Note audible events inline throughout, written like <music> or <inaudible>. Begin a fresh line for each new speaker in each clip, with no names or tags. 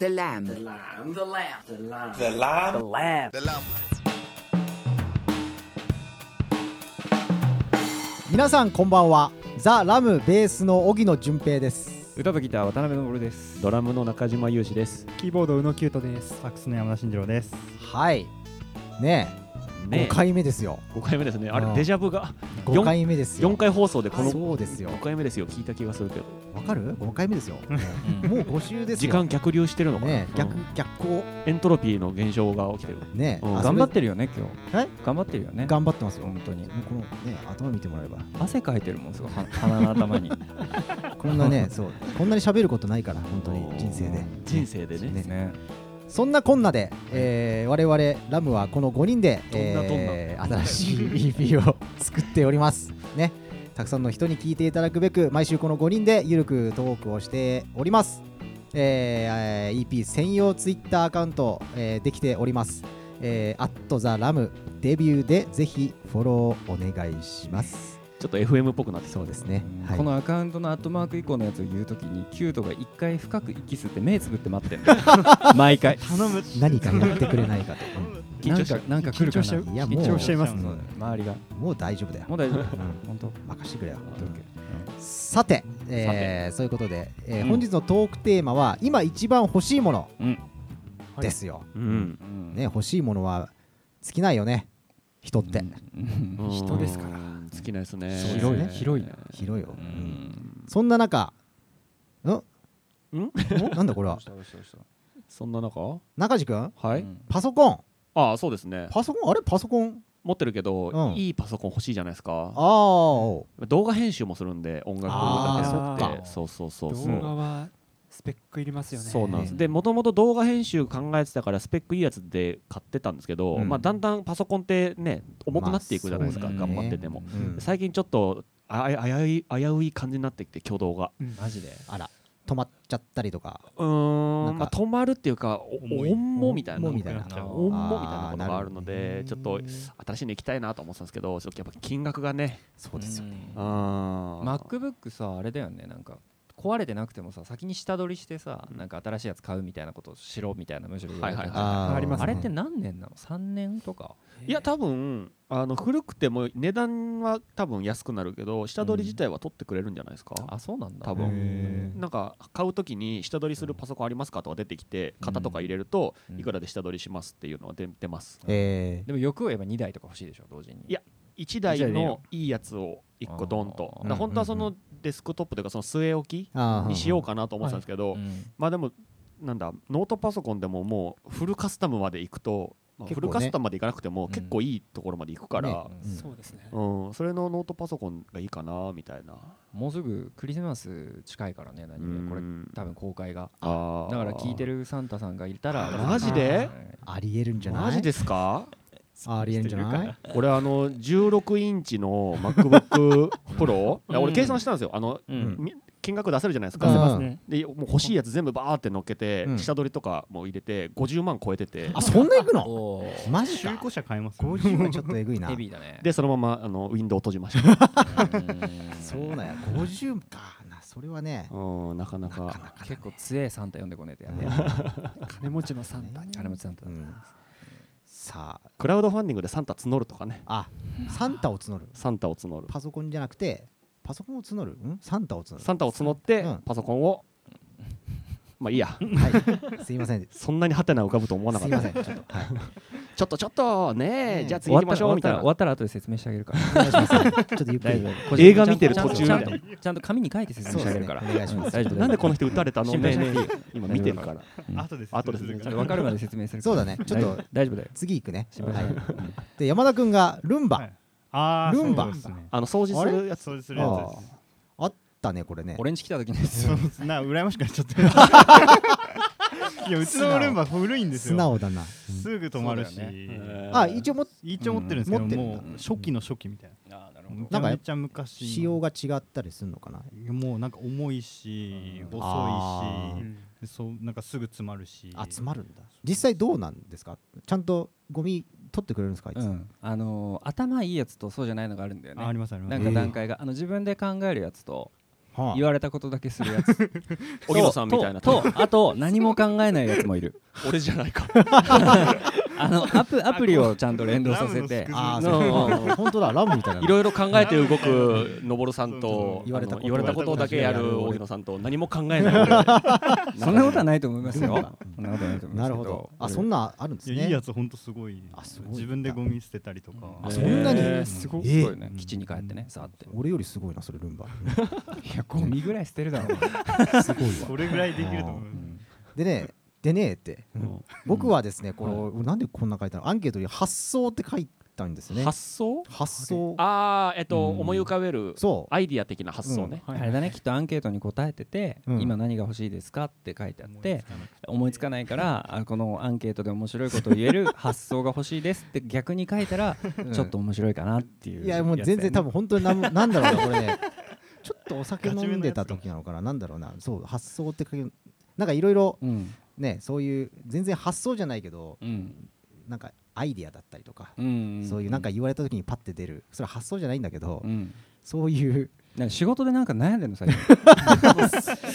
The lamb.
lamb.
The lamb.
The lamb.
The lamb.
lamb.
The lamb.
皆さんこんばんはザ・ラムベースの荻野純平です
歌とギター渡辺昇です
ドラムの中島裕志です。
キーボード宇野キュートです。サックスの山田慎次郎です。
はいねえ5
ね
回目ですよ
5回目ですね。あ
う
れ
ん
デジャブが
5回目ですよ
4回放送でこの
そうですよ
5回目ですよ。聞いた気がするけど。
わかる5回目ですよもう5週です
時
よ
間逆流してるのかな。
ねえ逆
うん
逆行
エントロピーの現象が起きてる。
ねえ
う
あ
ん
それ
頑張ってるよね今日
え
頑張ってるよね
頑張ってますよも
本当に
うこのね頭見てもらえば
汗かいてるもんすごいは鼻の頭
<laughs>
に
こんなねそうこんなに喋ることないから本当に人生で
人生でね。
ね
ね
そんなこんなで、えー、我々ラムはこの5人で
どんなどんな
えー新しい EP を作っており
<laughs>
ますねたくさんの人に聞いていただくべく毎週この5人でゆるくトークをしております、えーえー EP 専用 Twitter アカウント、えーできておりますえー、アットザラムデビューでぜひフォローお願いします。
ちょっと FM っぽくなってきた
そうですね。はい、
このアカウントのアットマーク以降のやつを言うときにキュートが一回深く息吸って目つぶって待ってる
<laughs>
毎回
頼む。
何かやってくれないかと、
緊張しちゃ
な
うん
かなんか来るか
緊張しちゃう
ない
やもう
緊張しちゃいますね。
そう周りが
うんもう大丈夫だよ
も。う大丈夫
うん
本当
任してくれよ。
オッケーオッケー
さて,、えーそういうことで、えー本日のトークテーマは今一番欲しいもの
うん
ですよ、
うん。
うん
ね、欲しいものは尽きないよね人って、
うん
うん
人ですから
好きなですね。
そうです
広い広
ね
いな
広いよ、
う
うん
ん
そんな中んん
ん
なんだこれは
そんな中
中地君
は
はいい。
パソコン
ああ、そうですね。
パソコンあれパソコン
持ってるけ
う
ど、
ん
いいパソコン欲しいじゃないです
あ
か。
あお
動画編集もするんで、音楽
あ
ー
だけ撮っ。
そってか
そうそうそうそう。
動画はスペックいりますよね。
そうなんです、
ね
でもともと動画編集考えてたからスペックいいやつで買ってたんですけど、
うん
まあ、だんだんパソコンってね重くなっていくじゃないですか、
まあそう
頑
ね
張ってても、
ううん
最近ちょっとあや危うい危うい感じになってきて挙動が
マジで
あら止まっちゃったりとか
うーん
な
ま
ん
あ、
か
止まるっていうかおおんもみたいな
重みたいな
重くなっちゃう
おんもみたい
あ
なこ
ー
と
な
があ
る
る
ほど
のでちょっと新しいの行きたいなと思ってたんですけどちょっとやっぱ金額がね
そうですよね
うーん
MacBook さあれだよねなんか壊れてなくてもさ先に下取りしてさ、なんか新しいやつ買うみたいなことをしろみたいなむしろ言われてたじゃん
はい
はいはい
ありますねあ
あ
れ
り
っ
ま
て
すね
何年なの3年とか
いや多分あの古くても値段は多分安くなるけど下取り自体は取ってくれるんじゃないですか、
あそうなんだ
多分なんか買うときに下取りするパソコンありますかとか出てきて型とか入れると
うん
いくらで下取りしますっていうのは出出ます
え
でも欲を言えば2台とか欲しいでしょ同時に
いや1台
一台でいい
の
の
いいやつを1個ドンと
あー
だから本当はそのデスクトップというかその据え置
ーあ
き
ー
にしようかなと思ってたんですけど
うん
まあでもなんだノートパソコンでももうフルカスタムまで行くとまあ
結
フ
構ね
ルカスタムまでいかなくても
ん
結構いいところまで行くから
うん
うん
そうですね。
うんそれのノートパソコンがいいかなみたいな
もうすぐクリスマス近いからね何よりこれ多分公開が
だか
だから聞いてるサンタさんがいたら
マジで
ありえるんじゃない
マジですか
ありえるんじゃない
俺あの16インチの MacBook Pro
うん
俺計算したんですよあの、
うん
み金額出せるじゃないです
出せ
か
ま、
そうですね。
でもう欲しいやつ全部バーって乗っけて、
うん
下取りとかも入れて50万超えてて
あそんな行くの
おお
マジ
中
か
古車買えます。
50はちょっとえぐいな
ヘビーだね
でそのままあのウィンドウ閉じました
うん
そうだよ50かなそれはね
うんなかな
なかなか
か
だね
結構強えサンタ呼んでこねえとやべえ
金持ちのサンタ。
金持ちサンタ
うんさあ
クラウドファンディングでサンタ募るとかね
あサンタを募る
サンタを募る
パソコンじゃなくてパソコンを募るんサンタを募る
サンタを募って、
うん
パソコンをまあいいや
はいすいません
そんなにハテナ浮かぶと思わなか
す
っ
い
た
ませんちょっとはい
ちょっとちょっとね
ね
えじゃあ次行きましょうみたいな
終わったら終わったら後で説明してあげるから
お願いしますちょっとゆっく
大
り
丈夫
映画見てる途中み
ち
た
ゃ
い
ん
な
とちゃんと紙に書いて説明してあげるから
そうですねお願いします
うん大丈夫
なんでこの人撃たれたの
心配しないでいいよ
今見てるから
後です。
後です
ち
ね
ょっと分かるまで説明する
そうだねちょっと
大丈夫だよ
次行くね
心配
は
しない
い
で
で山田君がルン
は
バ
いああ。
ルンバ
そうですね
あの掃除するやつ
そうする
あ
やつです。
あったねこれね
俺んち来た時にです
そう
よ
ですな羨ましくなっち
<laughs>
ゃった。いやうちのルンバ古いんです
素
よ。
直だな
すぐ止まるし
そう。だよね
あ一応も
一応持ってるんですけど、
うん持ってるん
も
だ
う初期の初期みたい
あーなる
な。
ほど
なんか
めちゃめちゃ昔の。
仕様が違ったりするのかな
もうなんか重いし、
うん
あー
遅いし
うん
でそうなんかすぐ詰まるし
あ詰まるんだ実際どうなんですかちゃんとゴミ取ってくれるんですかあいつ、
<laughs> うんあのー頭いいやつとそうじゃないのがあるんだよ
ああ
ね
りますありま
な
す
んか段階があの自分で考えるやつと
は
言われたことだけするや <laughs> つ
荻野さんみたいな
とととあと何も考えないやつもいる
俺じゃないか
あのアプアプリをちゃんと連動させて
ああ、
の
そう <laughs> か。本当だ、ラムみたいな。
いろいろ考えて動くのぼるさんと
言われたこと
あの言われたことだけや
やる
る
俺
荻野さんと何も考えない
そんなことはないと思いますよそんなことはないと思いますけど
なるほど。あ、そん
な
なあるんです
いやいい
ね
や。つほんとすごい
あすごい
自分でゴミ捨てたりとか
あそんなに
すごい
え
す
ー
ごいよね基地に帰ってねさーって
俺よりすごいな、それルンバ。
いやゴミぐらい捨てるだろう
すごいわ。
それぐらいできると思う
でね、でねえって、僕はですね、この、なんでこんな書いたのアンケートに発想って書いたんですね。
発想
発想。
ああえっと
うん
思い浮かべる
そう。
アイディア的な発想ね
あれだねきっとアンケートに答えてて
うん
今何が欲しいですかって書いてあって思いつかないからあこのアンケートで面白いことを言える発想が欲しいです
<laughs>
って逆に書いたらちょっと面白いかなっていう
いや、もう
つだよ
全
ね
然多分本当になんなんだろうな、これね。ちょっとお酒飲んでた時なのかな、なんだろうな。そう、発想って書いなんかいろいろ
うん
ね、そういう、全然発想じゃないけど、
うん
なんかアイディアだったりとか、
うん
そういうなんか言われた時にパッて出る、それは発想じゃないんだけど
う、ん
そういう、
なんか仕事でなんか悩んでるの最近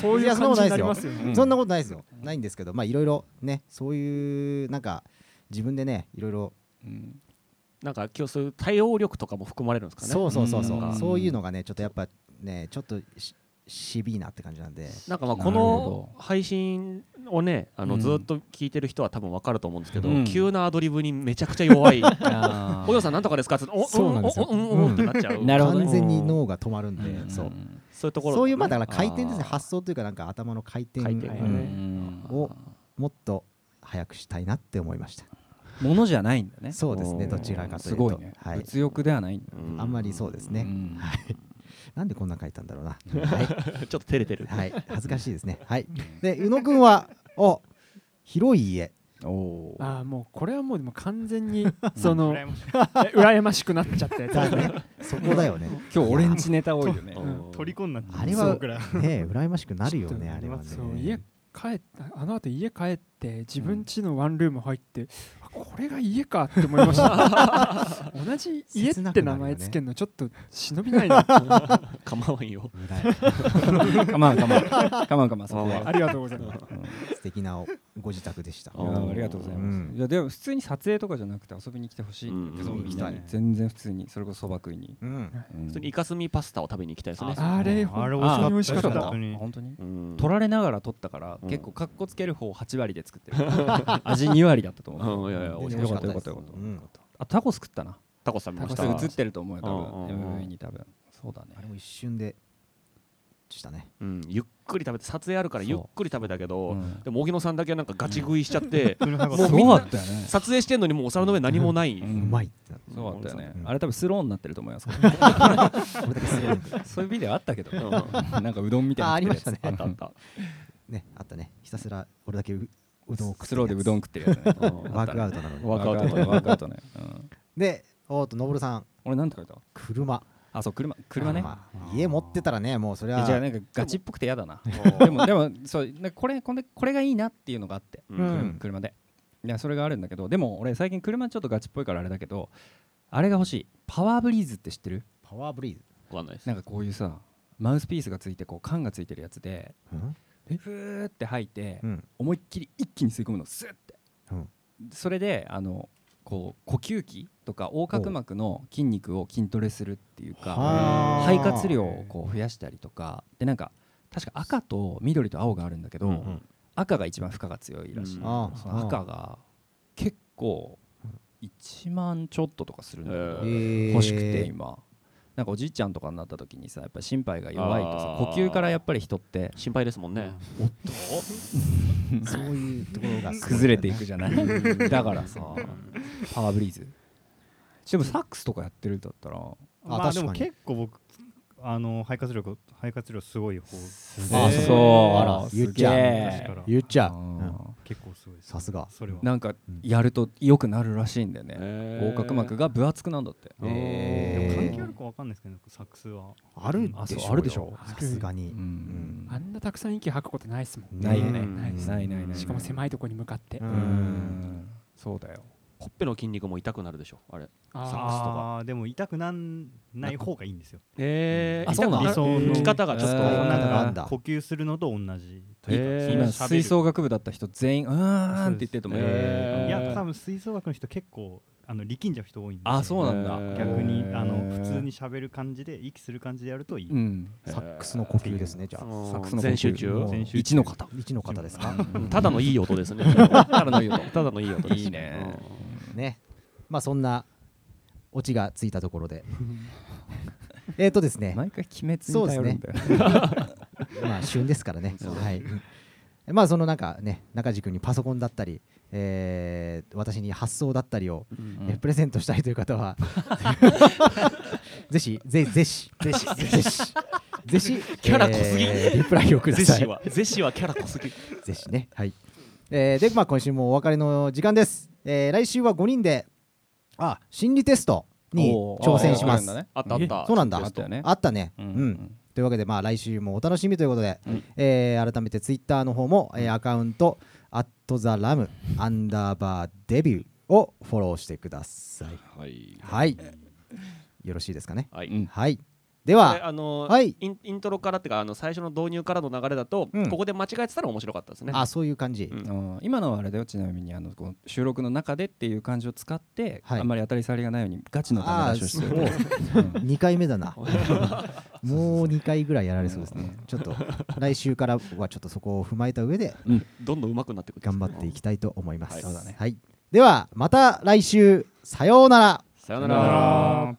そういう感じになります
よ
うん
そんなことないですよ。ないんですけど、まあいろいろね、そういうなんか自分でね、いろいろ、
うん
なんか今日そういう対応力とかも含まれるんですかね
そうそうそう
う
そ
ん
う、そういうのがね、ちょっとやっぱね、ちょっとしシビーなって感じなんで、
なんかまあ
なる
こ
ほど
の配信をねあ
う
の
ん
ずっと聞いてる人は多分わかると思うんですけど、
うん
急なアドリブにめちゃくちゃ弱い
<laughs>
「
あー
およさんなんとかですか?」って言って「お
そうなんですよ
おおおおお
うん
ってなっちゃう
なるほどね
完全に脳が止まるん
うんうんうん
で、そう。
そういうところ
そういうまあだから回転ですね
あー
発想というかなんか頭の回転
回転
う
が
うん
ね
ん
お
をもっと早くしたいなって思いました
ものじゃないんだね
そうですね
うん
どちらかとい
す
うと
ごいね
はい
物欲ではないんだ
うん
あんまりそうですね、
うん
はいなんでこんな書いたんだろ
<laughs>
うなは
ちょっと照れてる
い、はい、恥ずかしいですねはいで宇野くんはお広い家
お
<laughs>
ー
ああもうこれはもうでも完全にそのえ羨ましくなっちゃった
<laughs>
やつ
だねそこだよね
今日オレンジネタ多いよね
うん
虜になっちゃう
あれは
そうくらい
ねえ羨ましくなるよねあれはね
そう家帰っあの後家帰って自分家のワンルーム入って、あこれが家かって思いました同じ家
切
っ
な
て
くなるよね
名前つけるのちょっと忍びないなって思う
構わんよ
羨
かまんかまんかまんかまんそこは
ありがとうございます
素敵なおご自宅でした
いや <laughs> ーありがとうございます、
うん
いやでも普通に撮影とかじゃなくて遊びに来てほしい、
うん
別に
うん
みんなに全然普通にそれこそそば食いに、
うん
うん
普通にイカスミパスタを食べに行きたいですね
あれ
あれ
あー
美味しかった
美味しかった
本当に
本当に
うん
取られながら撮ったから、
うん
結構カッコつける方8割で作ってる味2割だったと思う、
うんいやいや美味し
よ
か
か
っ
ったたよかったよか
です
った、
うん
あタコス食ったな
タコス食べ
タ
ま
コ
し
ス
た
映ってると思うよ多
うんうんうん
分 MV に多分そうだね
あれも一瞬でしたね
うんゆっくり食べて撮影あるから
そう
ゆっくり食べたけど、
うん
でも荻野さんだけはなんかガチ食いしちゃって、
も
も
す
うみん
ごか
な
ったよね
撮影してんのにもうお皿の上何もない、
う
うんまいってなって
すごかったよね、
うん
あれ多分スローになってると思い <laughs> ますけど
これだけすごい
そういうビデオあったけど
うんあ
なんかうどんみたいな
ああり
食っ
ま
て
した
る
ね
やつ
ったあった
ねあったねひたすら俺だけううどんを食って
スローでうどん
ん
食ってるや
<laughs>
つね
ワークアウトなのに
ワークアウトねワークアウトね、うん、
でおーとのぼるさん
俺なんて書いた
車
あそう車車ね
まあ家持ってたらねもうそれ
え
は
じゃあなんかガチっぽくて嫌だなでもでもそうなんかこれこれこれがいいなっていうのがあって、
うん
うん
車でいやそれがあるんだけどでも俺最近車ちょっとガチっぽいからあれだけどあれが欲しいパワーブリーズって知ってる
パワーブリーズ
わかんないです
なんかこういうさマウスピースがついてこう缶がついてるやつでふーって吐いて、
うん
思いっきり一気に吸い込むのスッて、
うん
それであのこう呼吸器とか横隔膜の筋肉を筋トレするっていうか
はあ
肺活量をこう増やしたりとかでなんか確か赤と緑と青があるんだけど、
うん
赤が一番負荷が強いらしい、
うん
ああ
その赤が結構1万ちょっととかするんだけど、
へえ
欲しくて
今
今なんかおじいちゃんとかになった時にさやっぱり心肺が弱いとさ
あー
呼吸からやっぱり人って
心配ですもんね、
そういうところがすごいんだね
崩れていくじゃないだからさパワーブリーズでもサックスとかやってるんだったら
あ
まあで
確
も
かに
結構僕あの肺活力肺活量すごい方
あ
え
そう
あら言っちゃう
すげ
昔か
え
ら
言っちゃううん
あ
結構すごいです
さすが
それは
ーなんかやると良くなるらしいんだよね
えー
横隔膜が分厚くなんだって
え
関係
ー
あるかわかんないですけどサックスは
ある
あ
で
そう
しょ
あるでしょ
さすがに
うん
あんなたくさん息吐くことないですもん
ないよね
うん
ないです
ないないない
しかも狭いとこに向かって
う
うんんそうだよ
ほっぺの筋肉も痛くなるでしょあれ
あー
サックスとか
あーでも痛くなんない方がいいんですよ
え
ーあそうなん
理想の
生き方がちょっと
えー
なん
なん
か
だ
呼吸するのと同じと
へー
いう
今
かその喋
吹
る
奏楽部だった人全員うーんって言ってると思うよ、
へ
い
ー
や多分吹奏楽の人結構あの力んじゃう人多いんで
あそうなんだ
へー
逆に
へ
あの
ー
普通に喋る感じで息する感じでやるといい、
うん
サックスの呼吸ですねじゃあ
うん
サックスの
全集中
もう
全集中
一の方
一の方ですか
ただのいい音ですね
ただの言うと
ただのいい音です
いいね
ねまあそんなオチがついたとこ
<laughs>
ろでえっとですね
毎回鬼滅に頼るんだよ、ね、
まあ旬ですからね。はい。まあそのなんかね中地君にパソコンだったり、えー私に発想だったりを、えープレゼントしたいという方はぜひぜぜひぜひぜひぜひ
キャラ濃すぎ
えーリプライをく
うん
だ
ゼ
さ
シ
い。
はゼシはキャラ濃すぎ
ぜひねはい。えーでまあ今週もお別れの時間です。えー来週は5人であ心理テストに挑戦します。
あったあった
そうなんだ。
あったよね
あったね。
うん
うんというわけで、まあ、来週もお楽しみということで、えー改めてツイッターの方も、えーアカウント、アットザラム、アンダーバーデビューをフォローしてください。
はい
はい。よろしいですかね。
はい
うん
はい。で
で
は、
あの
はい
インイントロからっていうかあの最初の導入からの流れだと、
うん
ここで間違えてたら面白かったですね
あ、そういう感じ。
うん
うん今のはあれだよちなみにあのこの収録の中でっていう感じを使って、
はい
あんまり当たり障りがないようにガチのダメ出しをしてる
あ2回目だ <laughs> な。もう2回ぐらいやられそうですね。ちょっと、来週からはちょっとそこを踏まえた上で、
どんどん上手くなってくる
頑張っていきたいと思います。
はいそうだね
はい。では、また来週、さようなら。
さよな
あ
ら
ー